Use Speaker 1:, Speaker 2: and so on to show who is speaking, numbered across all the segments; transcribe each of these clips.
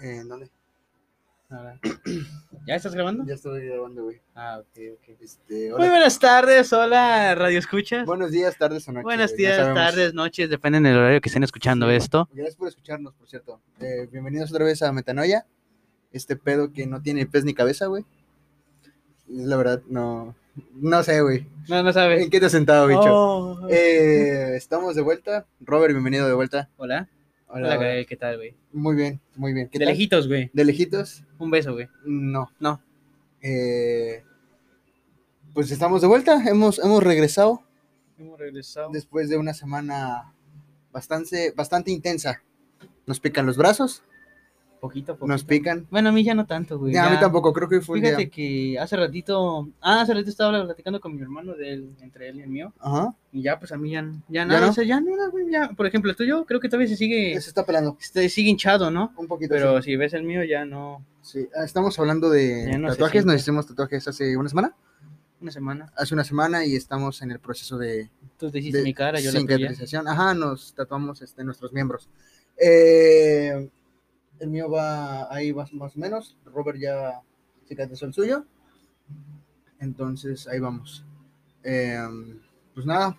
Speaker 1: Eh, ¿Dónde?
Speaker 2: Ahora. ¿Ya estás grabando?
Speaker 1: Ya estoy grabando, güey.
Speaker 2: Ah, ok, ok.
Speaker 1: Este,
Speaker 2: Muy
Speaker 1: hola.
Speaker 2: buenas tardes, hola Radio Escuchas.
Speaker 1: Buenos días, tardes o noches.
Speaker 2: buenas
Speaker 1: güey, ya
Speaker 2: días,
Speaker 1: sabemos.
Speaker 2: tardes, noches, depende del horario que estén escuchando esto.
Speaker 1: Gracias por escucharnos, por cierto. Eh, bienvenidos otra vez a Metanoia. Este pedo que no tiene pies ni cabeza, güey. Es la verdad, no. No sé, güey.
Speaker 2: No, no sabes.
Speaker 1: ¿En qué te has sentado, bicho?
Speaker 2: Oh.
Speaker 1: Eh, estamos de vuelta. Robert, bienvenido de vuelta.
Speaker 2: hola. Hola, Gael, ¿qué tal, güey?
Speaker 1: Muy bien, muy bien. ¿Qué
Speaker 2: De
Speaker 1: tal?
Speaker 2: lejitos, güey.
Speaker 1: ¿De lejitos?
Speaker 2: Un beso, güey.
Speaker 1: No.
Speaker 2: No.
Speaker 1: Eh, pues estamos de vuelta. Hemos, hemos regresado.
Speaker 2: Hemos regresado.
Speaker 1: después de una semana bastante, bastante intensa. Nos pican los brazos,
Speaker 2: Poquito, a poquito.
Speaker 1: nos pican.
Speaker 2: Bueno, a mí ya no tanto, güey.
Speaker 1: Ya, a mí
Speaker 2: ya.
Speaker 1: tampoco, creo que hoy fue un
Speaker 2: Fíjate
Speaker 1: día.
Speaker 2: que hace ratito, ah, hace ratito estaba platicando con mi hermano del, entre él y el mío,
Speaker 1: Ajá.
Speaker 2: y ya pues a mí ya, ya nada,
Speaker 1: no?
Speaker 2: o sea, ya nada, güey, ya, por ejemplo, el tuyo creo que todavía se sigue,
Speaker 1: Se está pelando
Speaker 2: se sigue hinchado, ¿no?
Speaker 1: un poquito.
Speaker 2: Pero si ves el mío ya no,
Speaker 1: sí. Sí, ah, Estamos hablando de
Speaker 2: Ya no se
Speaker 1: tatuajes.
Speaker 2: siente.
Speaker 1: Nos hicimos tatuajes hace una semana.
Speaker 2: una semana.
Speaker 1: Hace una semana y estamos en el proceso de
Speaker 2: Tú te hiciste
Speaker 1: de
Speaker 2: mi cara, yo la tuya.
Speaker 1: cicatrización. Ajá, nos tatuamos este, nuestros miembros. Eh, el mío va ahí más, más o menos. Robert ya cicatrizó el suyo. Entonces ahí vamos. Eh, pues nada,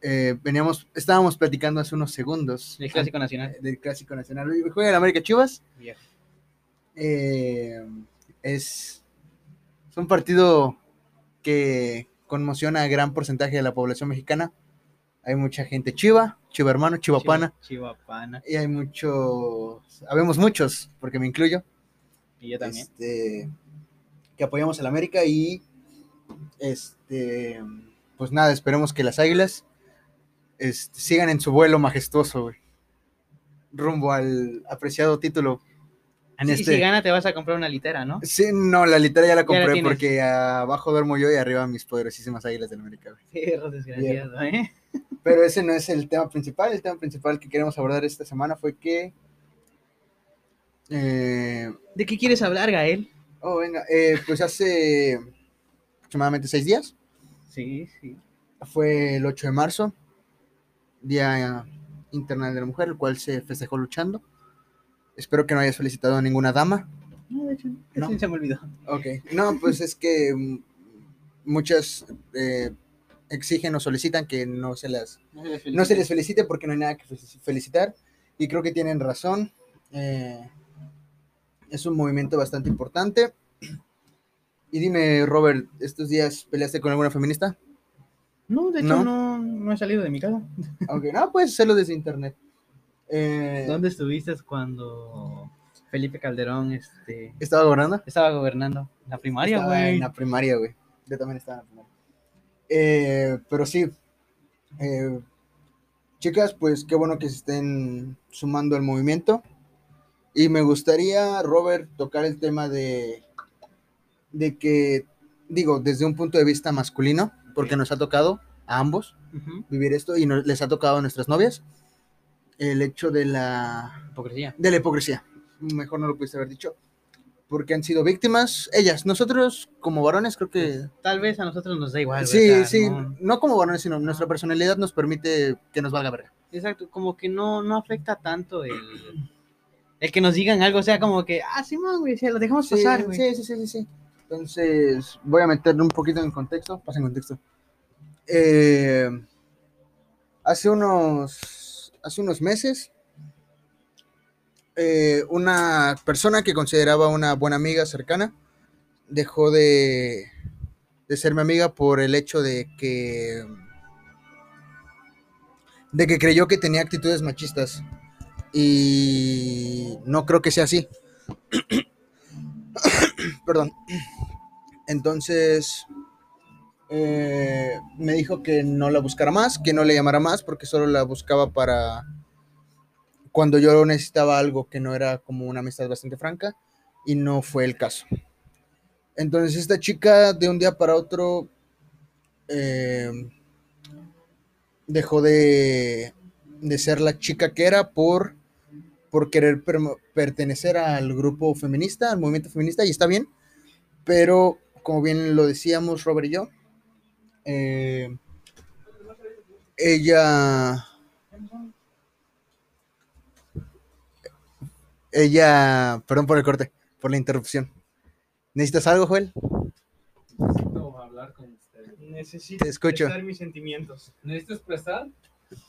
Speaker 1: eh, veníamos, estábamos platicando hace unos segundos
Speaker 2: El clásico nacional.
Speaker 1: an- del Clásico Nacional. Hoy Juega el América Chivas.
Speaker 2: Viejo.
Speaker 1: Eh, es, es un partido que conmociona a gran porcentaje de la población mexicana. Hay mucha gente chiva, chiva hermano, chivapana,
Speaker 2: Chiva- Chivapana.
Speaker 1: y hay muchos, habemos muchos, porque me incluyo,
Speaker 2: Y yo también.
Speaker 1: este, que apoyamos al América y, este, pues nada, esperemos que las Águilas este, sigan en su vuelo majestuoso, güey, rumbo al apreciado título. En
Speaker 2: Sí,
Speaker 1: este-
Speaker 2: Si gana te vas a comprar una litera, ¿no?
Speaker 1: Sí, no, la litera ya la
Speaker 2: Ya la
Speaker 1: compré
Speaker 2: tienes.
Speaker 1: porque abajo duermo yo y arriba mis poderosísimas águilas del América. güey.
Speaker 2: Perro desgraciado, ¿eh?
Speaker 1: Pero ese no es el tema principal. El tema principal que queremos abordar esta semana fue que. eh,
Speaker 2: ¿De qué quieres hablar, Gael?
Speaker 1: oh, venga. eh, pues hace aproximadamente seis días.
Speaker 2: Sí, sí.
Speaker 1: Fue el 8 de marzo, Día Internacional de la Mujer, el cual se festejó luchando. Espero que no hayas felicitado a ninguna dama.
Speaker 2: No, de hecho,
Speaker 1: No.
Speaker 2: sí, se me olvidó.
Speaker 1: Ok. No, pues es que mm, muchas eh, exigen o solicitan que no se las
Speaker 2: No se les
Speaker 1: no se les felicite porque no hay nada que felici- felicitar y creo que tienen razón. eh, es un movimiento bastante importante. Y dime, Robert, ¿estos días peleaste con alguna feminista?
Speaker 2: No, de hecho
Speaker 1: No.
Speaker 2: no, no he salido de mi casa.
Speaker 1: Aunque no, pues, puedes hacerlo desde internet. Eh,
Speaker 2: ¿Dónde estuviste cuando Felipe Calderón este,
Speaker 1: ¿Estaba gobernando?
Speaker 2: estaba gobernando? La primaria,
Speaker 1: Estaba
Speaker 2: güey.
Speaker 1: en la primaria, güey. Yo también estaba en la primaria. Eh, pero sí. eh, chicas, pues qué bueno que se estén sumando al movimiento. Y me gustaría, Robert, tocar el tema de, de que, digo, desde un punto de vista masculino, porque
Speaker 2: Ok.
Speaker 1: nos ha tocado a ambos
Speaker 2: Ujú.
Speaker 1: vivir esto y no- les ha tocado a nuestras novias el hecho de la
Speaker 2: Hipocresía.
Speaker 1: de la hipocresía. Mejor no lo pudiste haber dicho. Porque han sido víctimas ellas. Nosotros, como varones, creo que.
Speaker 2: Tal vez a nosotros nos da igual. güey, o
Speaker 1: Sí,
Speaker 2: sea,
Speaker 1: sí.
Speaker 2: no-
Speaker 1: No como varones, sino nuestra personalidad nos permite que nos valga verga.
Speaker 2: Exacto, como que no, no afecta tanto el, el que nos digan algo, o sea, como que, ah, sí, man, güey, sí, lo dejamos
Speaker 1: Sí,
Speaker 2: pasar, güey.
Speaker 1: sí, sí, sí, sí, sí. Entonces, voy a meterle un poquito en contexto. Pasa en contexto. Eh, hace unos. Hace unos meses. eh, una persona que consideraba una buena amiga cercana dejó de, de ser mi amiga por el hecho de que de que creyó que tenía actitudes machistas y no creo que sea así. Perdón. Entonces eh, me dijo que no la buscara más, que no le llamara más porque solo la buscaba para cuando yo necesitaba algo que no era como una amistad bastante franca y no fue el caso. Entonces esta chica de un día para otro eh, dejó de, de ser la chica que era por, por querer perm- pertenecer al grupo feminista, al movimiento feminista, y está bien, pero como bien lo decíamos Robert y yo, eh, ella Ella, perdón por el corte, por la interrupción. ¿Necesitas algo, Joel?
Speaker 3: Necesito hablar con ustedes.
Speaker 2: Necesito
Speaker 1: Te escucho.
Speaker 2: expresar mis sentimientos.
Speaker 3: Necesito expresar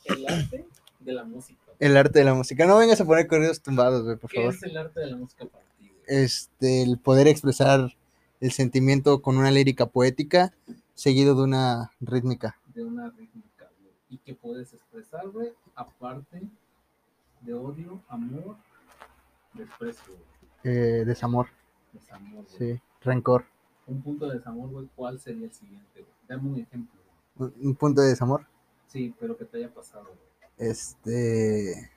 Speaker 3: el arte de la música.
Speaker 1: El arte de la música. No vengas a poner corridos tumbados, güey, por
Speaker 3: ¿Qué
Speaker 1: favor.
Speaker 3: es el arte de la música para ti? güey?
Speaker 1: Este, el poder expresar el sentimiento con una lírica poética seguido de una rítmica.
Speaker 3: De una rítmica, güey. Y que puedes expresar, güey, aparte de odio, amor, desprecio, güey,
Speaker 1: eh, desamor,
Speaker 3: desamor, güey.
Speaker 1: sí, rencor.
Speaker 3: Un punto de desamor, güey, ¿cuál sería el siguiente, güey? Dame un ejemplo, güey.
Speaker 1: Un un punto de desamor.
Speaker 3: Sí, pero que te haya pasado, güey.
Speaker 1: Este.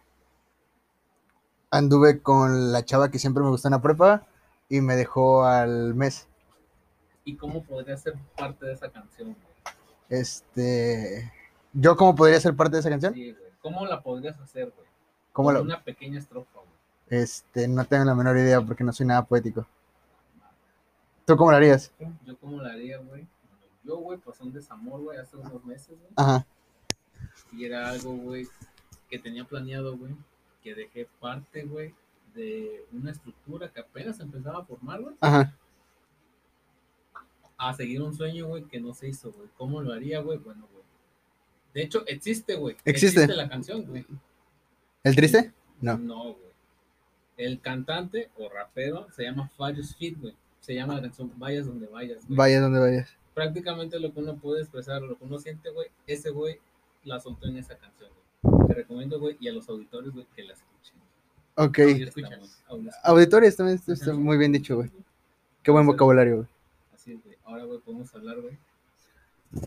Speaker 1: Anduve con la chava que siempre me gustó en la prepa y me dejó al mes.
Speaker 3: ¿Y cómo podría ser parte de esa canción, güey?
Speaker 1: Este. ¿Yo cómo podría ser parte de esa canción?
Speaker 3: Sí, güey. ¿Cómo la podrías hacer, güey?
Speaker 1: ¿Cómo
Speaker 3: Con
Speaker 1: lo-
Speaker 3: Una pequeña estrofa, güey.
Speaker 1: Este, no tengo la menor idea porque no soy nada poético. ¿Tú cómo lo harías?
Speaker 3: Yo cómo la haría, güey. Yo, güey, pasé un desamor, güey, hace unos meses, güey.
Speaker 1: Ajá.
Speaker 3: Y era algo, güey, que tenía planeado, güey. Que dejé parte, güey, de una estructura que apenas empezaba a formar, güey.
Speaker 1: Ajá.
Speaker 3: A seguir un sueño, güey, que no se hizo, güey. ¿Cómo lo haría, güey? Bueno, güey. De hecho, existe, güey.
Speaker 1: Existe.
Speaker 3: la canción, güey.
Speaker 1: ¿El triste? No.
Speaker 3: No, güey. El cantante o rapero se llama Farius Fit, güey. Se llama la canción Vayas donde vayas, güey.
Speaker 1: Vayas donde vayas.
Speaker 3: prácticamente lo que uno puede expresar, lo que uno siente, güey, ese güey la soltó en esa canción, güey. Te recomiendo, güey, y a los auditores, güey, que la escuchen.
Speaker 1: Ok.
Speaker 3: Ahí está, güey. Ahí está.
Speaker 1: Auditores también está- está muy bien dicho, güey. Qué buen vocabulario, güey.
Speaker 3: Así es, güey. Ahora, güey, podemos hablar, güey.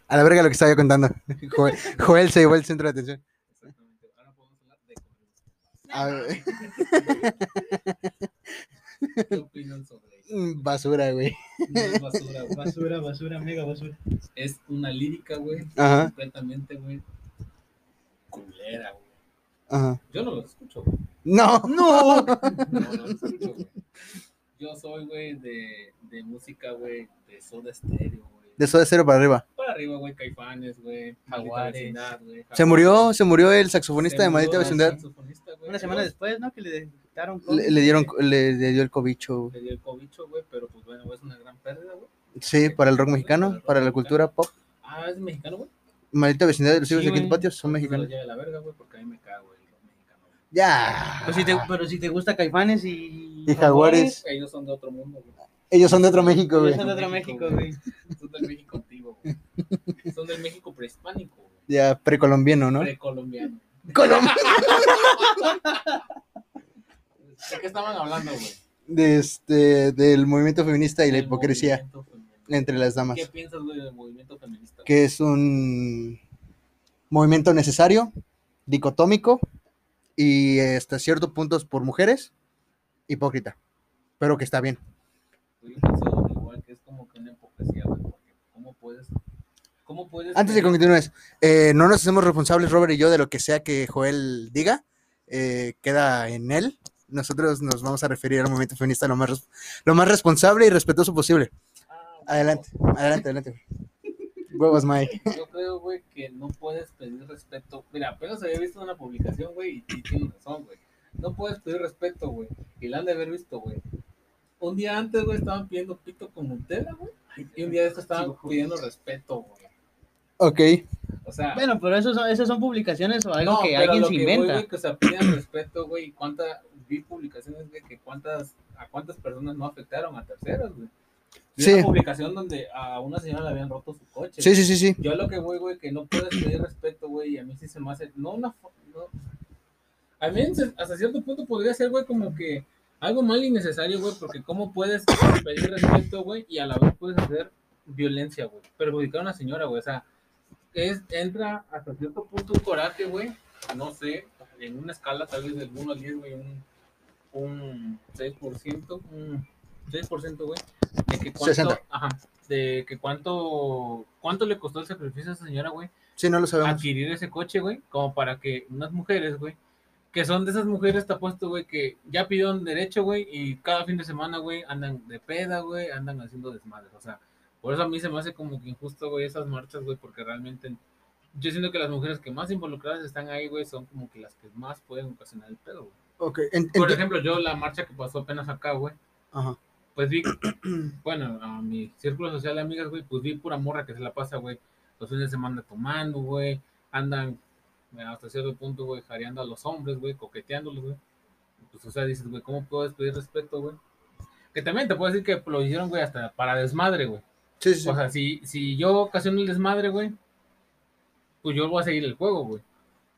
Speaker 1: A la verga lo que estaba yo contando. Joel, Joel se llevó el centro de atención.
Speaker 3: Exactamente. Ahora podemos hablar de
Speaker 1: A ver,
Speaker 3: ¿Qué opinan sobre ello?
Speaker 1: mm, basura, güey.
Speaker 3: No es basura, güey.
Speaker 2: Basura, basura, mega basura.
Speaker 3: Es una lírica, güey,
Speaker 1: Ajá,
Speaker 3: completamente, güey, culera, güey.
Speaker 1: ajá.
Speaker 3: Yo no los escucho, güey.
Speaker 1: No. No.
Speaker 3: No, no los escucho, güey. Yo soy, güey, de, de música, güey, de soda estéreo, güey.
Speaker 1: De eso de cero para arriba.
Speaker 3: para arriba, güey, Caifanes, güey,
Speaker 2: Jaguares.
Speaker 3: Jaguares,
Speaker 1: Se murió, se murió el saxofonista de Maldita Vecindad.
Speaker 2: Una semana después, ¿no? Que le quitaron COVID,
Speaker 1: Le, le dieron, le, le dio el cobicho. güey.
Speaker 3: Le dio el cobicho, güey, pero pues bueno, güey, es una gran pérdida, güey.
Speaker 1: Sí, para el rock mexicano, para la cultura pop.
Speaker 3: Ah, es mexicano, güey.
Speaker 1: Maldita vecindad de los
Speaker 2: Sí,
Speaker 1: hijos de
Speaker 2: güey.
Speaker 1: Quinto Patio son
Speaker 3: Entonces,
Speaker 1: mexicanos.
Speaker 3: lo lleve a la verga, güey, porque a mí me cago, güey, los mexicanos.
Speaker 1: Ya.
Speaker 2: Pues si te- pero si te gusta Caifanes y,
Speaker 1: Y Jaguares.
Speaker 3: Ellos son de otro mundo, güey.
Speaker 1: Ellos son de otro México,
Speaker 2: Ellos
Speaker 1: güey.
Speaker 2: son de otro México, güey.
Speaker 3: Son del México antiguo, güey. Son del México prehispánico, güey.
Speaker 1: Ya precolombiano, ¿no?
Speaker 3: Precolombiano.
Speaker 1: Colombia.
Speaker 3: ¿De qué estaban hablando, güey?
Speaker 1: De este, del movimiento feminista y la
Speaker 3: Del
Speaker 1: hipocresía
Speaker 3: movimiento femenino.
Speaker 1: entre las damas.
Speaker 3: ¿Qué piensas, güey, del movimiento feminista?
Speaker 1: Que es un movimiento necesario, dicotómico y eh, hasta cierto punto por mujeres, hipócrita. Pero que está bien.
Speaker 3: Yo pienso igual que es como que una hipocresía, güey, porque ¿cómo puedes, cómo puedes
Speaker 1: Antes de que
Speaker 3: querer-
Speaker 1: continúes, eh, no nos hacemos responsables, Robert y yo, de lo que sea que Joel diga. eh, queda en él. Nosotros nos vamos a referir al movimiento feminista lo más, res- lo más responsable y respetuoso posible.
Speaker 3: Ah, güey,
Speaker 1: Adelante, adelante, adelante. Huevos, Mike.
Speaker 3: Yo creo, güey, que no puedes pedir respeto. Mira, apenas había visto una publicación, güey, y, y tiene razón, güey. No puedes pedir respeto, güey. Y la han de haber visto, güey. Un día antes, güey, estaban pidiendo pito con Nutella, güey. Y un día de esto estaban pidiendo respeto, güey.
Speaker 1: Ok,
Speaker 3: O sea,
Speaker 2: Bueno, pero eso son, esas son publicaciones o algo
Speaker 3: no,
Speaker 2: que
Speaker 3: pero
Speaker 2: alguien
Speaker 3: lo
Speaker 2: se
Speaker 3: que voy,
Speaker 2: inventa.
Speaker 3: güey, que, o sea, pidan respeto, güey, y cuántas, vi publicaciones, güey, que cuántas, a cuántas personas no afectaron a terceros, güey. Vi
Speaker 1: Sí.
Speaker 3: una publicación donde a una señora le habían roto su coche.
Speaker 1: sí, sí, sí, sí.
Speaker 3: Yo a lo que voy, güey, que no puedes pedir respeto, güey, y a mí sí se me hace, no una, fo- no. A mí en- hasta cierto punto podría ser, güey, como que algo mal y necesario, güey, porque cómo puedes pedir respeto, güey, y a la vez puedes hacer violencia, güey, perjudicar a una señora, güey, o sea, es, entra hasta cierto punto un coraje, güey, no sé, en una escala tal vez del 1 al 10, güey, un, un 6%, un 6%, güey, de que cuánto,
Speaker 1: 60.
Speaker 3: ajá, de que cuánto, cuánto le costó el sacrificio a esa señora, güey,
Speaker 1: Sí, no lo sabemos.
Speaker 3: adquirir ese coche, güey, como para que unas mujeres, güey, que son de esas mujeres, te apuesto, güey, que ya pidieron derecho, güey, y cada fin de semana, güey, andan de peda, güey, andan haciendo desmadres, o sea, por eso a mí se me hace como que injusto, güey, esas marchas, güey, porque realmente yo siento que las mujeres que más involucradas están ahí, güey, son como que las que más pueden ocasionar el pedo, güey.
Speaker 1: Ok, en-
Speaker 3: Por
Speaker 1: ento-
Speaker 3: ejemplo, yo la marcha que pasó apenas acá, güey,
Speaker 1: ajá.
Speaker 3: pues vi, bueno, a mi círculo social de amigas, güey, pues vi pura morra que se la pasa, güey, los fines de semana tomando, güey, andan eh, hasta cierto punto, güey, jareando a los hombres, güey, coqueteándolos, güey. Pues, o sea, dices, güey, ¿cómo puedes pedir respeto, güey? Que también te puedo decir que lo hicieron, güey, hasta para desmadre, güey.
Speaker 1: Sí, sí, sí.
Speaker 3: O sea, si, si yo ocasiono el desmadre, güey, pues yo voy a seguir el juego, güey.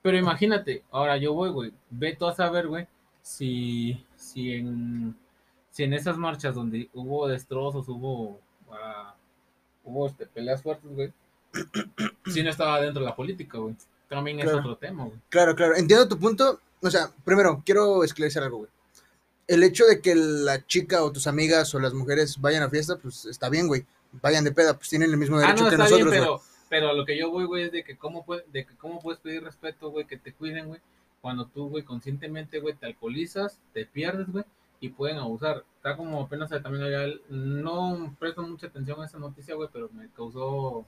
Speaker 3: Pero imagínate, ahora yo voy, güey, ve tú a saber, güey, si, si, en, si en esas marchas donde hubo destrozos, hubo, ah, hubo este, peleas fuertes, güey, si no estaba dentro de la política, güey. También es
Speaker 1: Claro.
Speaker 3: otro tema, güey.
Speaker 1: Claro, claro. Entiendo tu punto. O sea, primero, quiero esclarecer algo, güey. El hecho de que la chica o tus amigas o las mujeres vayan a fiesta, pues está bien, güey. Vayan de peda, pues tienen el mismo
Speaker 3: Ah,
Speaker 1: derecho
Speaker 3: no,
Speaker 1: que
Speaker 3: está
Speaker 1: nosotros,
Speaker 3: bien,
Speaker 1: güey.
Speaker 3: pero, pero a lo que yo voy, güey, es de que cómo, puede- de que cómo puedes pedir respeto, güey, que te cuiden, güey, cuando tú, güey, conscientemente, güey, te alcoholizas, te pierdes, güey, y pueden abusar. Está como apenas también allá, no presto mucha atención a esa noticia, güey, pero me causó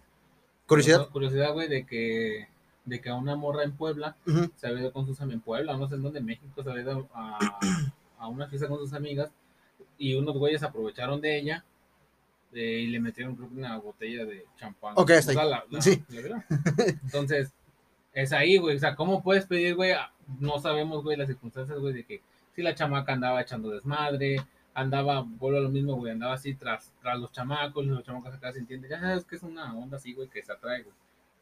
Speaker 1: ¿Curiosidad?
Speaker 3: causó curiosidad, güey, de que, de que a una morra en Puebla
Speaker 1: Ujú.
Speaker 3: se había ido con sus amigas en Puebla, no sé en dónde, México, se había ido a, a una fiesta con sus amigas y unos güeyes aprovecharon de ella eh, y le metieron creo que una botella de champán.
Speaker 1: Ok, hasta
Speaker 3: O sea,
Speaker 1: ahí.
Speaker 3: la- la-
Speaker 1: Sí.
Speaker 3: la verdad. Entonces, es ahí, güey, o sea, ¿cómo puedes pedir, güey? a- No sabemos, güey, las circunstancias, güey, de que si la chamaca andaba echando desmadre, andaba, vuelvo a lo mismo, güey, andaba así tras, tras los chamacos, los chamacos acá se entienden, ya sabes que es una onda así, güey, que se atrae, güey.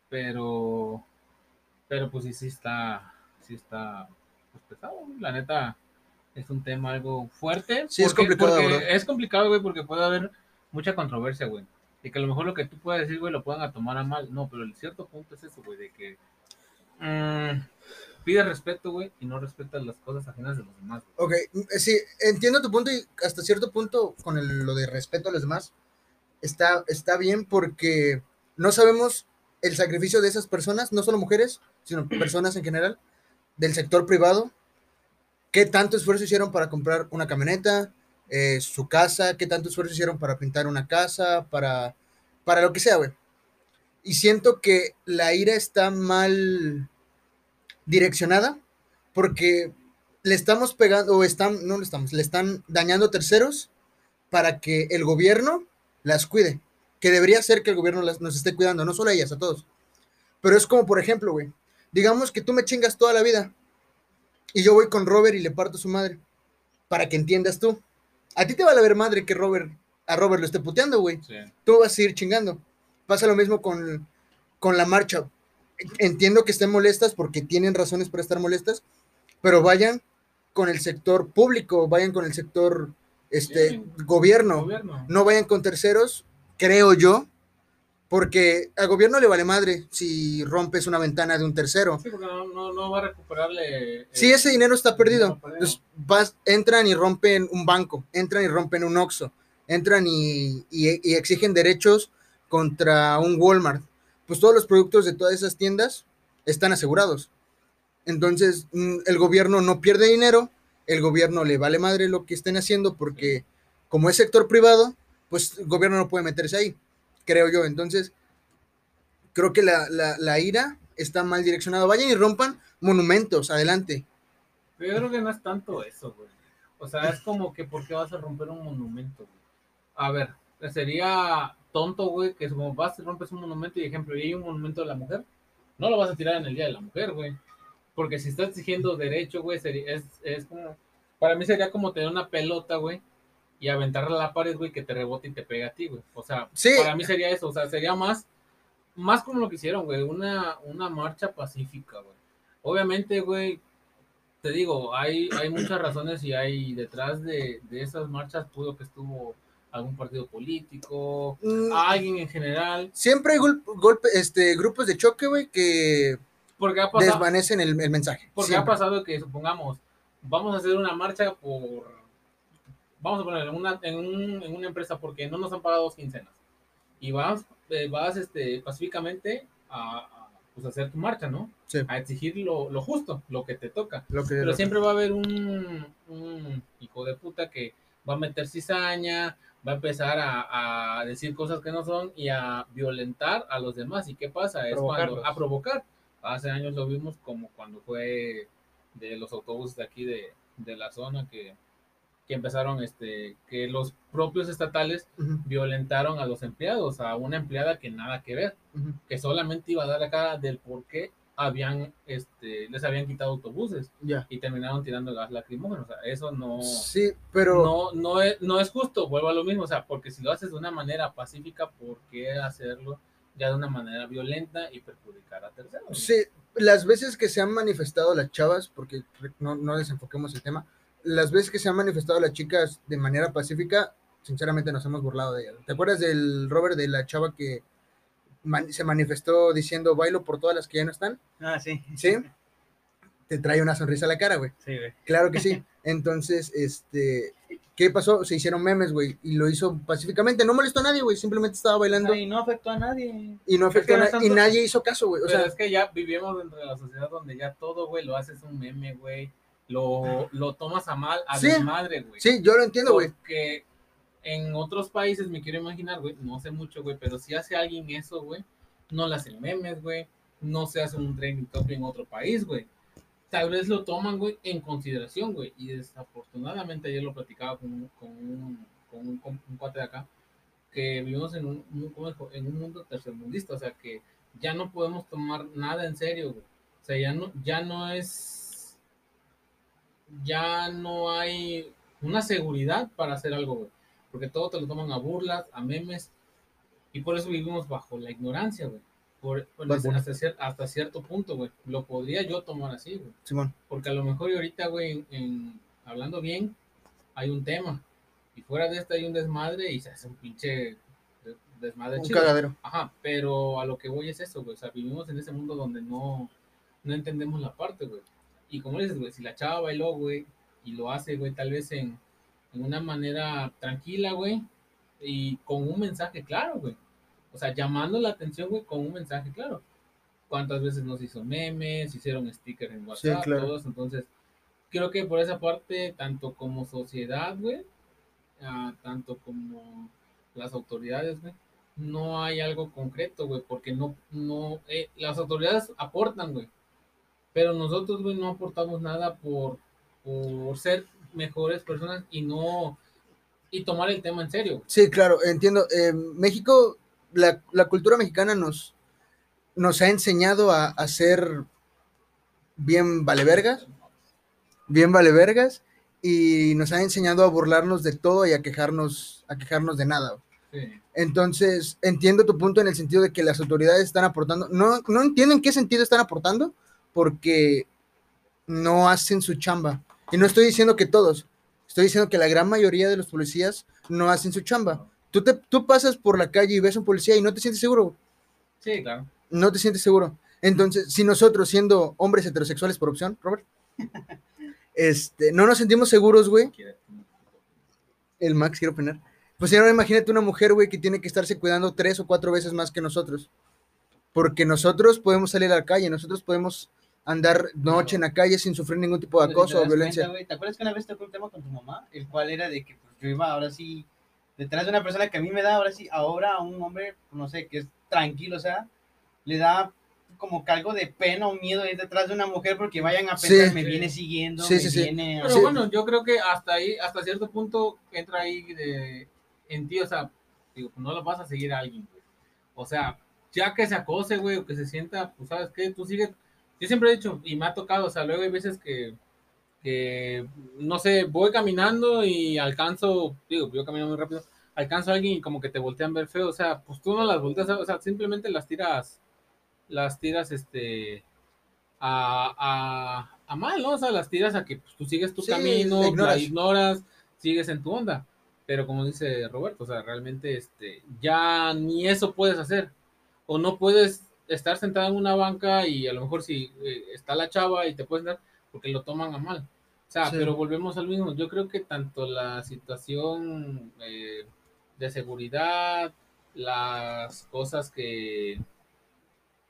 Speaker 3: Pero, pero pues sí, sí está, sí está pues, pesado, güey. la neta, es un tema algo fuerte.
Speaker 1: Sí, es complicado de
Speaker 3: porque
Speaker 1: abordar.
Speaker 3: es complicado, güey, porque puede haber mucha controversia, güey. Y que a lo mejor lo que tú puedas decir, güey, lo puedan a tomar a mal. No, pero el cierto punto es eso, güey, de que mm, pides respeto, güey, y no respetas las cosas ajenas de los demás, güey.
Speaker 1: Ok, eh, sí, entiendo tu punto y hasta cierto punto con el- lo de respeto a los demás está, está bien porque no sabemos el sacrificio de esas personas, no solo mujeres, sino personas en general, del sector privado, qué tanto esfuerzo hicieron para comprar una camioneta, eh, su casa, qué tanto esfuerzo hicieron para pintar una casa, para, para lo que sea, güey. Y siento que la ira está mal direccionada porque le estamos pegando, o están, no le estamos, le están dañando a terceros para que el gobierno las cuide. Que debería ser que el gobierno las, nos esté cuidando, no solo a ellas, a todos. Pero es como, por ejemplo, güey, digamos que tú me chingas toda la vida y yo voy con Robert y le parto su madre, para que entiendas tú. A ti te va a ver madre que Robert, a Robert lo esté puteando, güey
Speaker 3: Sí.
Speaker 1: tú vas a ir chingando. Pasa lo mismo con, con la marcha. Entiendo que estén molestas porque tienen razones para estar molestas, pero vayan con el sector público, vayan con el sector este,
Speaker 3: Sí.
Speaker 1: gobierno,
Speaker 3: Gobierno.
Speaker 1: no vayan con terceros, creo yo, porque al gobierno le vale madre si rompes una ventana de un tercero.
Speaker 3: Sí, porque no, no, no va a recuperarle. eh,
Speaker 1: Si ese dinero está perdido,
Speaker 3: Dinero perdido.
Speaker 1: pues vas, entran y rompen un banco, entran y rompen un Oxxo, entran y, y- y exigen derechos contra un Walmart. Pues todos los productos de todas esas tiendas están asegurados. Entonces, mm, el gobierno no pierde dinero, el gobierno le vale madre lo que estén haciendo porque como es sector privado, pues el gobierno no puede meterse ahí, creo yo. Entonces, creo que la, la- la ira está mal direccionada. Vayan y rompan monumentos, adelante.
Speaker 3: Pero yo creo que no es tanto eso, güey. O sea, es como que ¿por qué vas a romper un monumento, güey? A ver, sería tonto, güey, que es como vas y rompes un monumento y ejemplo, y hay un monumento de la mujer, no lo vas a tirar en el Día de la Mujer, güey. Porque si estás exigiendo derecho, güey, sería- es, es como... Para mí sería como tener una pelota, güey, y aventarla a la pared, güey, que te rebote y te pega a ti, güey. O sea,
Speaker 1: Sí.
Speaker 3: para mí sería eso. O sea, sería más, más como lo que hicieron, güey, una, una marcha pacífica, güey. Obviamente, güey, te digo, hay, hay muchas razones y hay detrás de, de esas marchas pudo que estuvo algún partido político,
Speaker 1: Mm,
Speaker 3: alguien en general,
Speaker 1: Siempre hay gol- golpe, este, grupos de choque, güey, que
Speaker 3: porque ha pasado,
Speaker 1: desvanecen el, el mensaje.
Speaker 3: porque ha
Speaker 1: siempre.
Speaker 3: pasado que supongamos, vamos a hacer una marcha por, vamos a poner en una, en, un- en una empresa porque no nos han pagado dos quincenas y vas, eh, vas este, pacíficamente a, a, pues, a hacer tu marcha, ¿no?
Speaker 1: Sí.
Speaker 3: A exigir lo, lo justo, lo que te toca.
Speaker 1: Lo que-
Speaker 3: Pero
Speaker 1: lo-
Speaker 3: siempre va a haber un, un hijo de puta que va a meter cizaña, va a empezar a, a decir cosas que no son y a violentar a los demás. ¿Y qué pasa? Es cuando
Speaker 2: Provocarlos.
Speaker 3: a provocar. Hace años lo vimos como cuando fue de los autobuses de aquí de, de la zona que, que empezaron, este, que los propios estatales
Speaker 1: Ujú,
Speaker 3: violentaron a los empleados, a una empleada que nada que ver,
Speaker 1: ujú.
Speaker 3: que solamente iba a dar la cara del por qué habían, este, les habían quitado autobuses
Speaker 1: Ya.
Speaker 3: y terminaron tirando gas lacrimógeno. O sea, eso no,
Speaker 1: Sí, pero.
Speaker 3: no, no, es, no es justo, vuelvo a lo mismo, o sea, porque si lo haces de una manera pacífica, ¿por qué hacerlo ya de una manera violenta y perjudicar a terceros?
Speaker 1: Sí, las veces que se han manifestado las chavas, porque re- no, no desenfoquemos el tema, las veces que se han manifestado las chicas de manera pacífica, sinceramente nos hemos burlado de ellas. ¿Te acuerdas del Robert de la chava que man- se manifestó diciendo bailo por todas las que ya no están?
Speaker 2: Ah, sí.
Speaker 1: ¿Sí? Te trae una sonrisa a la cara, güey.
Speaker 2: Sí, güey.
Speaker 1: Claro que sí. Entonces, este, ¿qué pasó? Se hicieron memes, güey, y lo hizo pacíficamente. No molestó a nadie, güey, simplemente estaba bailando
Speaker 2: No, y no afectó a nadie.
Speaker 1: y no afectó a
Speaker 3: Pero
Speaker 1: nadie. Y
Speaker 3: tanto-
Speaker 1: nadie hizo caso, güey. O
Speaker 3: Pero
Speaker 1: sea,
Speaker 3: es que ya vivimos dentro de la sociedad donde ya todo, güey, lo haces un meme, güey. Lo, lo tomas a mal, a
Speaker 1: Ah. Sí.
Speaker 3: desmadre, güey.
Speaker 1: sí, yo lo entiendo, güey.
Speaker 3: Porque en otros países, me quiero imaginar, güey, no sé mucho, güey, pero si hace alguien eso, güey, no le hacen memes, güey, no se hace un trending topic en otro país, güey. Tal vez lo toman, güey, en consideración, güey. Y desafortunadamente ayer lo platicaba con, un- con, un, con un, con un cuate de acá, que vivimos en un, un- ¿cómo dijo? en un mundo tercermundista, o sea, que ya no podemos tomar nada en serio, güey. O sea, ya no, ya no es... Ya no hay una seguridad para hacer algo, güey. Porque todo te lo toman a burlas, a memes. Y por eso vivimos bajo la ignorancia, güey. Por, por-
Speaker 1: Bad Bunny.
Speaker 3: hasta, cier- hasta cierto punto, güey. Lo podría yo tomar así, güey.
Speaker 1: Simón.
Speaker 3: Porque a lo mejor y ahorita, güey, en, en- hablando bien, hay un tema. Y fuera de este hay un desmadre y se hace un pinche de- desmadre
Speaker 1: Un
Speaker 3: chido.
Speaker 1: cagadero.
Speaker 3: Ajá, pero a lo que voy es eso, güey. O sea, vivimos en ese mundo donde no, no entendemos la parte, güey. Y como dices, güey, si la chava bailó, güey, y lo hace, güey, tal vez en, en una manera tranquila, güey, y con un mensaje claro, güey. O sea, llamando la atención, güey, con un mensaje claro. ¿Cuántas veces nos hizo memes, hicieron stickers en WhatsApp,
Speaker 1: claro.
Speaker 3: todo eso? Entonces, creo que por esa parte, tanto como sociedad, güey, ah, tanto como las autoridades, güey, no hay algo concreto, güey, porque no, no, eh, las autoridades aportan, güey, pero nosotros, güey, no aportamos nada por, por ser mejores personas y no, y tomar el tema en serio, güey.
Speaker 1: Sí, claro, entiendo. Eh, México, la, la cultura mexicana nos, nos ha enseñado a, a ser bien valevergas, bien valevergas, y nos ha enseñado a burlarnos de todo y a quejarnos, a quejarnos de nada.
Speaker 3: Sí.
Speaker 1: Entonces, entiendo tu punto en el sentido de que las autoridades están aportando. No, no entiendo en qué sentido están aportando, porque no hacen su chamba. Y no estoy diciendo que todos, estoy diciendo que la gran mayoría de los policías no hacen su chamba. Tú, te, tú pasas por la calle y ves a un policía y no te sientes seguro,
Speaker 3: Sí, claro.
Speaker 1: no te sientes seguro. Entonces, si nosotros, siendo hombres heterosexuales por opción, Robert, este, no nos sentimos seguros, güey,
Speaker 3: Quiere-
Speaker 1: el Max, quiero opinar. Pues ahora imagínate una mujer, güey, que tiene que estarse cuidando tres o cuatro veces más que nosotros. Porque nosotros podemos salir a la calle, nosotros podemos andar noche en la calle sin sufrir ningún tipo de
Speaker 2: Pero si te
Speaker 1: acoso o
Speaker 2: das
Speaker 1: violencia.
Speaker 2: cuenta, güey, ¿Te acuerdas que una vez tocó un tema con tu mamá? El cual era de que pues, yo iba ahora sí detrás de una persona que a mí me da ahora sí, ahora a un hombre, pues, no sé, que es tranquilo, o sea, le da como que algo de pena o miedo ir detrás de una mujer porque vayan a
Speaker 1: Sí.
Speaker 2: pensar, me
Speaker 3: Sí.
Speaker 2: viene siguiendo,
Speaker 1: Sí,
Speaker 2: me
Speaker 1: sí, sí.
Speaker 2: viene...
Speaker 3: Pero
Speaker 1: Sí.
Speaker 3: bueno, yo creo que hasta ahí, hasta cierto punto entra ahí de- en ti, o sea, digo, pues, no lo vas a seguir a alguien, güey. O sea, ya que se acose, güey, o que se sienta, pues sabes qué, tú sigues. Yo siempre he dicho, y me ha tocado, o sea, luego hay veces que, que, no sé, voy caminando y alcanzo, digo, yo camino muy rápido, alcanzo a alguien y como que te voltean ver feo, o sea, pues tú no las volteas, o sea, simplemente las tiras, las tiras, este, a, a, a mal, ¿no? O sea, las tiras a que pues, tú sigues tu
Speaker 1: Sí,
Speaker 3: camino,
Speaker 1: la
Speaker 3: la
Speaker 1: ignoras.
Speaker 3: ignoras. sigues en tu onda. Pero como dice Roberto, o sea, realmente este, ya ni eso puedes hacer. O no puedes estar sentado en una banca y a lo mejor si eh, está la chava y te puedes dar, porque lo toman a mal. O sea,
Speaker 1: Sí.
Speaker 3: pero volvemos al mismo. Yo creo que tanto la situación eh, de seguridad, las cosas que,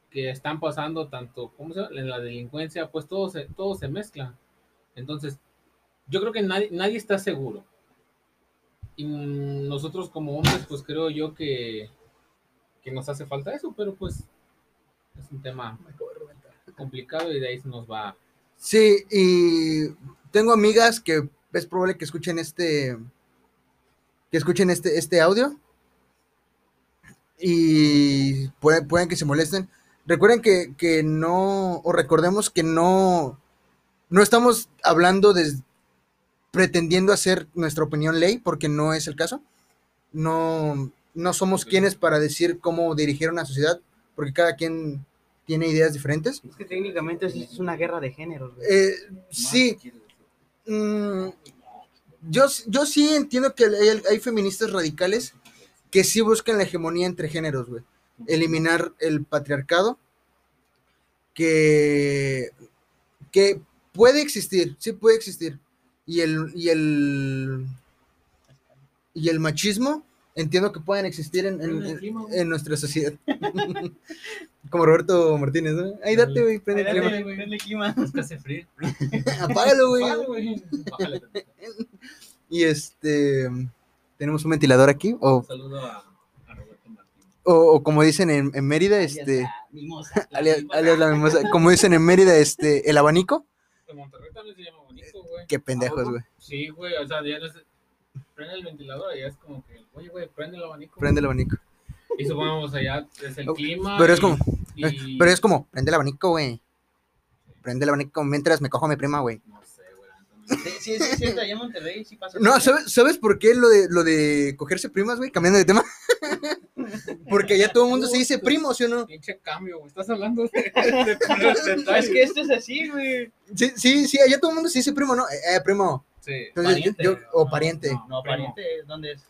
Speaker 3: que están pasando, tanto ¿cómo se llama? en la delincuencia, pues todo se, todo se mezcla. Entonces, yo creo que nadie, nadie está seguro. Y mm, nosotros como hombres, pues creo yo que, que nos hace falta eso, pero pues es un tema complicado y de ahí se nos va.
Speaker 1: Sí, y tengo amigas que es probable que escuchen este que escuchen este, este audio y pueden, pueden que se molesten. Recuerden que, que no, o recordemos que no, no estamos hablando de pretendiendo hacer nuestra opinión ley, porque no es el caso. No, no somos
Speaker 3: Ok.
Speaker 1: quienes para decir cómo dirigir una sociedad, porque cada quien tiene ideas diferentes.
Speaker 2: Es que técnicamente sí es una guerra de géneros, güey.
Speaker 1: Eh, sí, Mm, yo, yo sí entiendo que hay, hay feministas radicales que sí buscan la hegemonía entre géneros, güey. Eliminar el patriarcado, que, que puede existir, sí puede existir. Y el, y el, y el machismo, entiendo que pueden existir en, en- en- en nuestra sociedad. Como Roberto Martínez, ¿no? Ahí date, güey, prende el
Speaker 2: Adelante,
Speaker 1: clima.
Speaker 2: güey, prende el clima.
Speaker 3: Es que hace frío.
Speaker 1: Apágalo, Pues, güey.
Speaker 3: Vale, güey. Bájale, tantito.
Speaker 1: Y este. Tenemos un ventilador aquí, o,
Speaker 3: Un saludo a, a Roberto Martínez.
Speaker 1: o, o como dicen en, en Mérida, este.
Speaker 2: Ya está, mimosa.
Speaker 1: alias- alias la mimosa, como dicen en Mérida, este. El abanico.
Speaker 3: En Monterrey también se llama bonito, güey.
Speaker 1: Qué pendejos,
Speaker 3: Ahora,
Speaker 1: güey.
Speaker 3: Sí, güey, o sea, ya no es... Prende el ventilador, ya es como que, oye, güey, prende el abanico.
Speaker 1: Prende el abanico.
Speaker 3: Y supongamos allá, es el
Speaker 1: Oh,
Speaker 3: clima.
Speaker 1: Pero es
Speaker 3: y-
Speaker 1: como. eh,
Speaker 3: y-
Speaker 1: Pero es como. Prende el abanico, güey. Prende el abanico mientras me cojo a mi prima, güey.
Speaker 3: No sé, güey. la neta, no-
Speaker 2: Sí, sí, sí, es cierto, allá en Monterrey sí pasa.
Speaker 1: No, ¿sabes, ¿sabes por qué lo de, lo de cogerse primas, güey? Cambiando de tema. Porque ya todo el mundo se dice primo, ¿sí o no?
Speaker 3: Pinche cambio, güey. Estás hablando de, de puros detalles.
Speaker 2: Es que esto es así, güey.
Speaker 1: Sí, sí, sí, allá todo el mundo se dice primo, ¿no? Eh, eh, primo.
Speaker 3: Sí.
Speaker 1: Entonces,
Speaker 2: Pariente,
Speaker 1: yo, yo- o
Speaker 3: No,
Speaker 1: pariente.
Speaker 2: No,
Speaker 3: primo.
Speaker 2: pariente, ¿dónde es?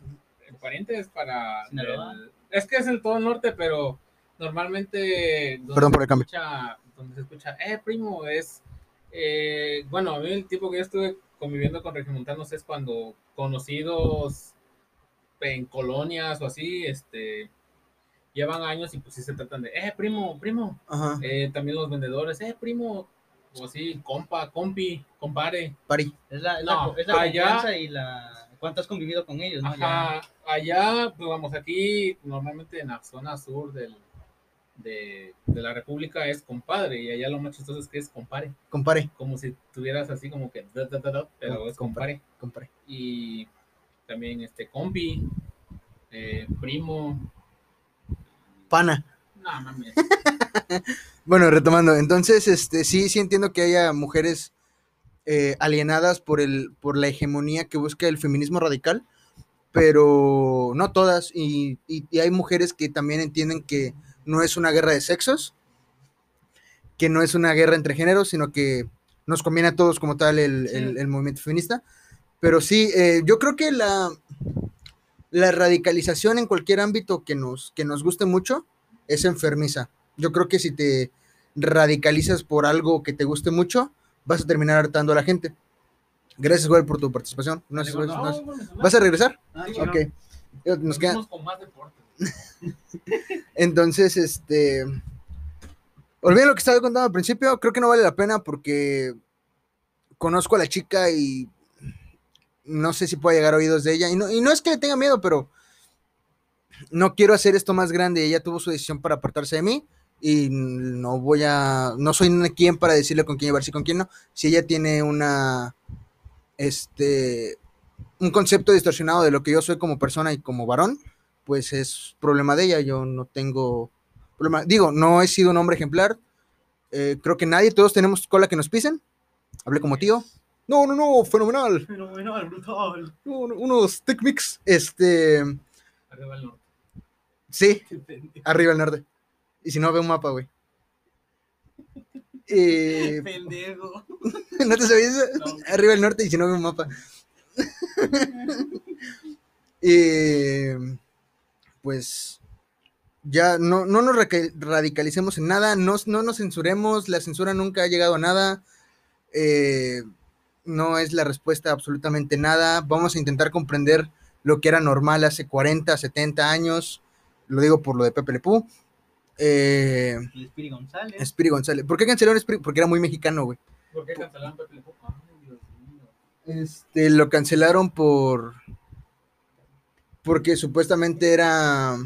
Speaker 3: El pariente es para.
Speaker 2: Sinaloa.
Speaker 3: el- es que es en todo el norte, pero normalmente. donde
Speaker 1: Perdón
Speaker 3: se
Speaker 1: por el cambio.
Speaker 3: escucha- donde se escucha, eh, primo, es. eh, bueno, a mí el tipo que yo estuve conviviendo con regimontanos es cuando conocidos en colonias o así, este. Llevan años y pues sí se tratan de, eh, primo, primo.
Speaker 1: Ajá.
Speaker 3: Eh, también los vendedores, eh, primo. O así, compa, compi, compare.
Speaker 1: Pari.
Speaker 2: Es la, es
Speaker 3: No,
Speaker 2: la, es la
Speaker 3: allá-
Speaker 2: confianza y la. ¿Cuánto has convivido con ellos? no? Ya.
Speaker 3: Ajá, allá, pues vamos, aquí normalmente en la zona sur del, de, de la República es compadre, y allá lo más chistoso es que es compare,
Speaker 1: Compare.
Speaker 3: como si tuvieras así como que, da, da, da, da, pero es compare.
Speaker 1: Compare.
Speaker 3: Y también este compi, eh, primo.
Speaker 1: Pana.
Speaker 3: No, mames.
Speaker 1: Bueno, retomando, entonces, este, sí, sí entiendo que haya mujeres eh, alienadas por el, por la hegemonía que busca el feminismo radical, pero no todas, y, y- y hay mujeres que también entienden que no es una guerra de sexos, que no es una guerra entre géneros, sino que nos conviene a todos como tal el, el- el movimiento feminista. Pero sí, eh, yo creo que la, la radicalización en cualquier ámbito que nos, que nos guste mucho es enfermiza. Yo creo que si te radicalizas por algo que te guste mucho, vas a terminar hartando a la gente. Gracias, güey, por tu participación. No sé, güey,
Speaker 2: No,
Speaker 1: no sé.
Speaker 3: bueno, se me-
Speaker 1: ¿Vas a regresar?
Speaker 2: Ah,
Speaker 3: Sí,
Speaker 2: no.
Speaker 1: Ok. Eh, Nos queda-
Speaker 3: Seguimos con más deportes.
Speaker 1: Entonces, este. Olviden lo que estaba contando al principio. Creo que no vale la pena porque conozco a la chica y no sé si pueda llegar a oídos de ella. Y no, y no es que le tenga miedo, pero no quiero hacer esto más grande. Ella tuvo su decisión para apartarse de mí y no voy a. No soy quien para decirle con quién llevarse y con quién no. Si ella tiene una. Este. Un concepto distorsionado de lo que yo soy como persona y como varón pues es problema de ella, yo no tengo problema. Digo, no he sido un hombre ejemplar, eh, creo que nadie, todos tenemos cola que nos pisen. Hablé como tío. No, no, no, fenomenal.
Speaker 2: Pero bueno, oh, al brutal.
Speaker 1: No, no, unos tech mix. Este,
Speaker 3: Arriba el norte.
Speaker 1: sí, arriba el norte. Y si no, ve un mapa, güey. Eh,
Speaker 2: Pendejo.
Speaker 1: ¿No te sabías? eso?
Speaker 3: No.
Speaker 1: Arriba el norte y si no ve un mapa. Eh, pues ya no, no nos raca- radicalicemos en nada, no, no nos censuremos, la censura nunca ha llegado a nada, eh, no es la respuesta a absolutamente nada, vamos a intentar comprender lo que era normal hace 40, 70 años, lo digo por lo de Pepe Lepú, eh,
Speaker 2: El Spiri González.
Speaker 1: Espiri González, ¿por qué cancelaron Espiri? Porque era muy mexicano, güey.
Speaker 3: ¿Por qué cancelaron Pepe Le Pew? Ay, Dios mío.
Speaker 1: Este, lo cancelaron por. Porque supuestamente era.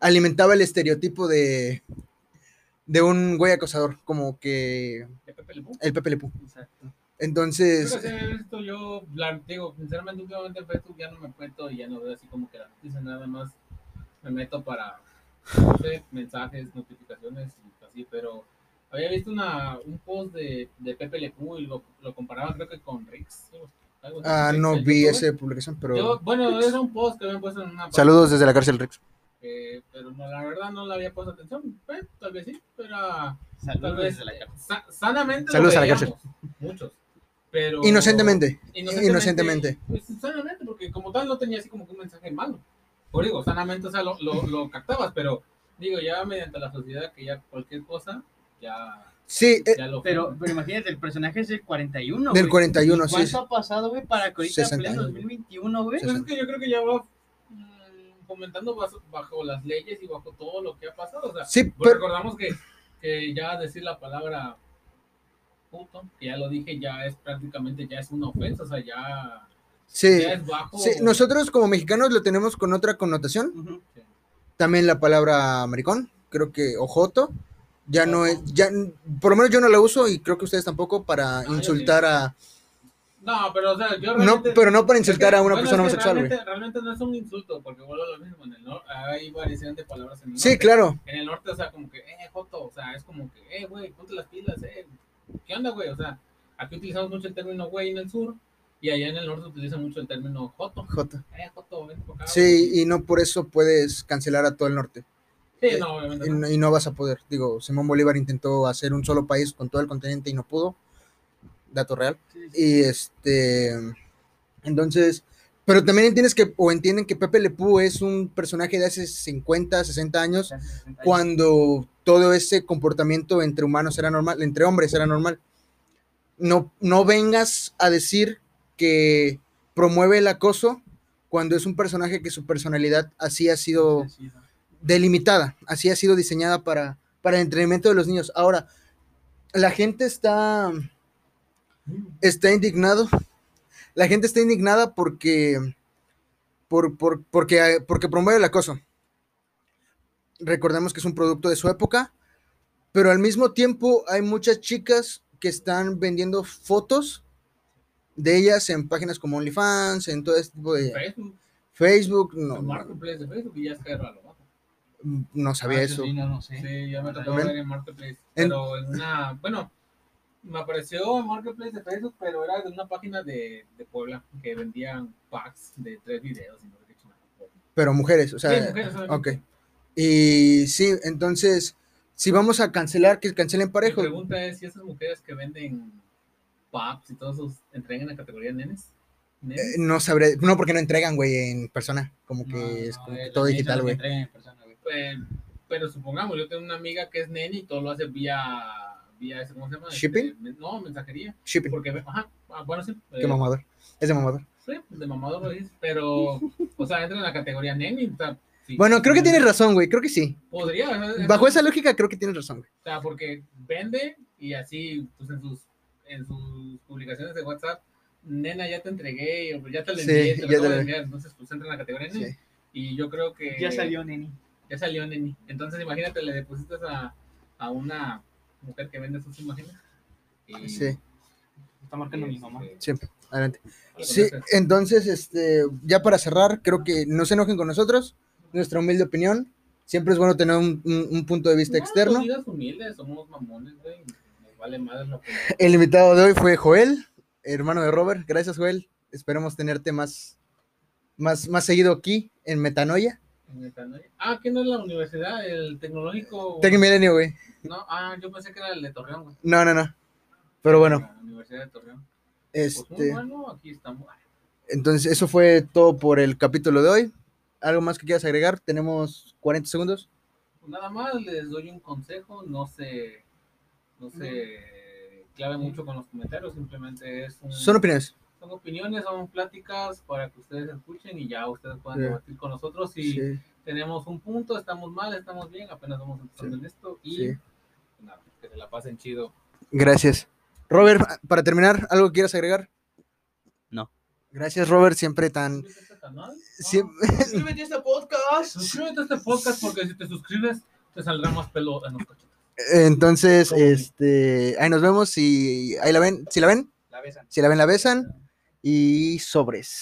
Speaker 1: Alimentaba el estereotipo de. De un güey acosador, como que.
Speaker 3: ¿De Pepe Le Pew?
Speaker 1: El Pepe Le Pew.
Speaker 2: Exacto.
Speaker 1: Entonces,
Speaker 3: Creo que sí había visto yo, la, digo, sinceramente, últimamente en Facebook ya no me cuento y ya no veo así como que la noticia, nada más me meto para no sé, mensajes, notificaciones y así, pero había visto una, un post de, de Pepe Lepú y lo, lo comparaba creo que con Rix. algo- algo así,
Speaker 1: ah,
Speaker 3: Rix,
Speaker 1: no
Speaker 3: el
Speaker 1: vi
Speaker 3: youtuber.
Speaker 1: esa publicación,
Speaker 3: Yo-
Speaker 1: pero
Speaker 3: bueno, era un post que habían puesto en una página,
Speaker 1: saludos desde la cárcel Rex.
Speaker 3: eh, pero no, la verdad no le había puesto atención, eh, tal vez sí, pero ah, tal
Speaker 2: Saludos
Speaker 3: vez
Speaker 2: desde la cárcel.
Speaker 3: sa- sanamente lo
Speaker 1: Saludos a la
Speaker 3: veíamos,
Speaker 1: cárcel.
Speaker 3: Muchos. Pero,
Speaker 1: Inocentemente. Inocentemente.
Speaker 3: Inocentemente. Pues sanamente, porque como tal no tenía así como que un mensaje malo. Por digo, sanamente, o sea, lo, lo, lo captabas, pero digo, ya mediante la sociedad que ya cualquier cosa, ya,
Speaker 1: Sí, eh,
Speaker 3: ya lo...
Speaker 2: Pero, pero imagínate, el personaje es del 41.
Speaker 1: del
Speaker 2: güey.
Speaker 1: 41,
Speaker 2: ¿Y
Speaker 1: sí.
Speaker 2: ¿Cuánto
Speaker 1: sí.
Speaker 2: ha pasado, güey, para que ahorita en
Speaker 1: 60
Speaker 2: pleno
Speaker 1: años,
Speaker 2: 2021, güey?
Speaker 1: Sí.
Speaker 3: Pues es que yo creo que ya va mm, comentando bajo, bajo las leyes y bajo todo lo que ha pasado. O sea,
Speaker 1: Sí,
Speaker 3: pues
Speaker 1: pero
Speaker 3: recordamos que, que ya decir la palabra puto, que ya lo dije, ya es prácticamente, ya es una ofensa, o sea, ya,
Speaker 1: sí,
Speaker 3: ya es bajo...
Speaker 1: sí, nosotros como mexicanos lo tenemos con otra connotación.
Speaker 2: Ujú.
Speaker 1: También la palabra maricón, creo que ojoto. Ya no es, ya, por lo menos yo no la uso y creo que ustedes tampoco para
Speaker 3: yo
Speaker 1: insultar a,
Speaker 3: No, pero o sea, yo
Speaker 1: no,
Speaker 3: realmente...
Speaker 1: pero no para insultar
Speaker 3: Es que,
Speaker 1: a una
Speaker 3: bueno,
Speaker 1: persona
Speaker 3: es que
Speaker 1: homosexual, güey.
Speaker 3: Realmente, realmente no es un insulto, porque vuelvo a lo mismo. En el nor- hay variación de palabras en el
Speaker 1: Sí,
Speaker 3: norte.
Speaker 1: claro,
Speaker 3: En el norte, o sea, como que, eh, Joto, o sea, es como que, eh, güey, ponte las pilas, eh. ¿Qué onda, güey? O sea, aquí utilizamos mucho el término güey en el sur, y allá en el norte utilizan mucho el término Joto.
Speaker 1: Jota.
Speaker 3: Eh, Joto, ven por acá.
Speaker 1: Sí, y no por eso puedes cancelar a todo el norte.
Speaker 3: güey. Sí, no, obviamente.
Speaker 1: y
Speaker 3: Ah, no.
Speaker 1: no- y no vas a poder. Digo, Simón Bolívar intentó hacer un solo país con todo el continente y no pudo. Dato real.
Speaker 2: Sí, sí.
Speaker 1: Y este. Entonces. Pero también entiendes que, o entienden que Pepe Lepú es un personaje de hace 50, 60 años,
Speaker 2: Casi 60 años.
Speaker 1: cuando todo ese comportamiento entre humanos era normal, entre hombres era normal. No, no vengas a decir que promueve el acoso cuando es un personaje que su personalidad así ha sido
Speaker 2: Sí, sí, sí.
Speaker 1: delimitada, así ha sido diseñada para, para el entrenamiento de los niños. Ahora, la gente está, está indignado, la gente está indignada porque, por, por- porque, eh, porque promueve el acoso. Recordemos que es un producto de su época, pero al mismo tiempo hay muchas chicas que están vendiendo fotos de ellas en páginas como OnlyFans, en todo este tipo de
Speaker 3: Facebook,
Speaker 1: Facebook, no,
Speaker 3: el marketplace de Facebook, y ya es caro a lo bajo.
Speaker 1: no sabía
Speaker 2: Ah,
Speaker 1: eso.
Speaker 2: Sí, no, no sé.
Speaker 3: Sí, ya me tocó
Speaker 1: ¿También?
Speaker 3: ver en Marketplace.
Speaker 1: En-
Speaker 3: Pero en una. Bueno, me apareció en Marketplace de Facebook, pero era de una página de, de Puebla que vendían packs de tres videos y no sé qué chingada.
Speaker 1: Pero mujeres, o sea,
Speaker 3: Sí, mujeres, obviamente.
Speaker 1: ok. Y sí, entonces, si vamos a cancelar, que cancelen parejo.
Speaker 3: Mi pregunta es si esas mujeres que venden packs y todos esos entregan en la categoría nenes.
Speaker 1: Eh,
Speaker 3: ¿Nenes?
Speaker 1: no sabré, no, porque no entregan, güey, en persona. Como que
Speaker 2: No,
Speaker 1: es
Speaker 2: no,
Speaker 1: como
Speaker 2: eh,
Speaker 1: que
Speaker 2: la
Speaker 1: todo
Speaker 2: neta,
Speaker 1: digital,
Speaker 2: no me
Speaker 1: güey.
Speaker 2: entregan en persona, güey.
Speaker 3: Eh, pero supongamos, yo tengo una amiga que es nene y todo lo hace vía. vía ese, ¿Cómo se llama? Este,
Speaker 1: ¿Shipping?
Speaker 3: men- no, mensajería.
Speaker 1: Shipping,
Speaker 3: Porque, ajá, ah, bueno, sí.
Speaker 1: qué
Speaker 3: eh,
Speaker 1: mamador. Es de mamador.
Speaker 3: Sí, pues de mamado lo dices, pero, o sea, entra en la categoría neni. o sea, sí.
Speaker 1: Bueno, creo que tienes razón, güey, creo que sí.
Speaker 3: Podría, o sea,
Speaker 1: Bajo esa lógica, creo que tienes razón, güey.
Speaker 3: O sea, porque vende y así, pues en sus, en sus publicaciones de WhatsApp, nena, ya te entregué, o ya te lo
Speaker 1: Sí,
Speaker 3: envié, te
Speaker 1: ya
Speaker 3: lo
Speaker 1: te
Speaker 3: acabo de
Speaker 1: lo-
Speaker 3: enviar, entonces pues entra en la categoría neni.
Speaker 1: Sí.
Speaker 3: Y yo creo que.
Speaker 2: Ya salió, Neni.
Speaker 3: Ya salió neni. Entonces, imagínate, le depositas a, a una mujer que vende sus imágenes. Y,
Speaker 1: Sí,
Speaker 2: Está marcando mi mamá.
Speaker 3: este,
Speaker 1: sí, adelante.
Speaker 3: lo
Speaker 1: Sí,
Speaker 3: conoces.
Speaker 1: entonces, este, ya para cerrar, creo que no se enojen con nosotros, nuestra humilde opinión. Siempre es bueno tener un, un- un punto de vista
Speaker 3: No,
Speaker 1: este, externo.
Speaker 3: pues, digas humildes, somos mamones, güey. Nos vale madre lo que.
Speaker 1: El invitado de hoy fue Joel, hermano de Robert. Gracias, Joel. Esperemos tenerte más, más, más seguido aquí en Metanoia.
Speaker 3: En el Tanoy. Ah, que no es la universidad, el tecnológico.
Speaker 1: Tech Milenio, güey.
Speaker 3: No, ah, yo pensé que era el de Torreón, güey.
Speaker 1: No, no, no. Pero bueno,
Speaker 3: La Universidad de Torreón. Pues muy
Speaker 1: este,
Speaker 3: bueno, aquí estamos.
Speaker 1: entonces eso fue todo por el capítulo de hoy. ¿Algo más que quieras agregar? Tenemos 40 segundos.
Speaker 3: Pues Nada más les doy un consejo, no se, no se clave mucho con los comentarios, simplemente es un,
Speaker 1: Son opiniones.
Speaker 3: son opiniones, son pláticas para que ustedes escuchen y ya ustedes puedan
Speaker 1: Sí.
Speaker 3: debatir con nosotros si
Speaker 1: Sí.
Speaker 3: tenemos un punto, estamos mal, estamos bien, apenas vamos empezando en esto y pues,
Speaker 1: Sí.
Speaker 3: nada, que se la pasen chido.
Speaker 1: Gracias. Robert, para terminar, ¿algo que quieras agregar?
Speaker 2: No.
Speaker 1: Gracias, Robert, siempre tan...
Speaker 3: ¿Suscríbete a este canal?
Speaker 1: Siem-
Speaker 2: Suscríbete a este podcast.
Speaker 3: Suscríbete a este podcast porque si te suscribes, te saldrá más pelo en los cachetes.
Speaker 1: Entonces,
Speaker 3: ¿Cómo?
Speaker 1: este, ahí nos vemos y ahí la ven, si la ven,
Speaker 2: La besan.
Speaker 1: Si la ven, la besan. Y sobres.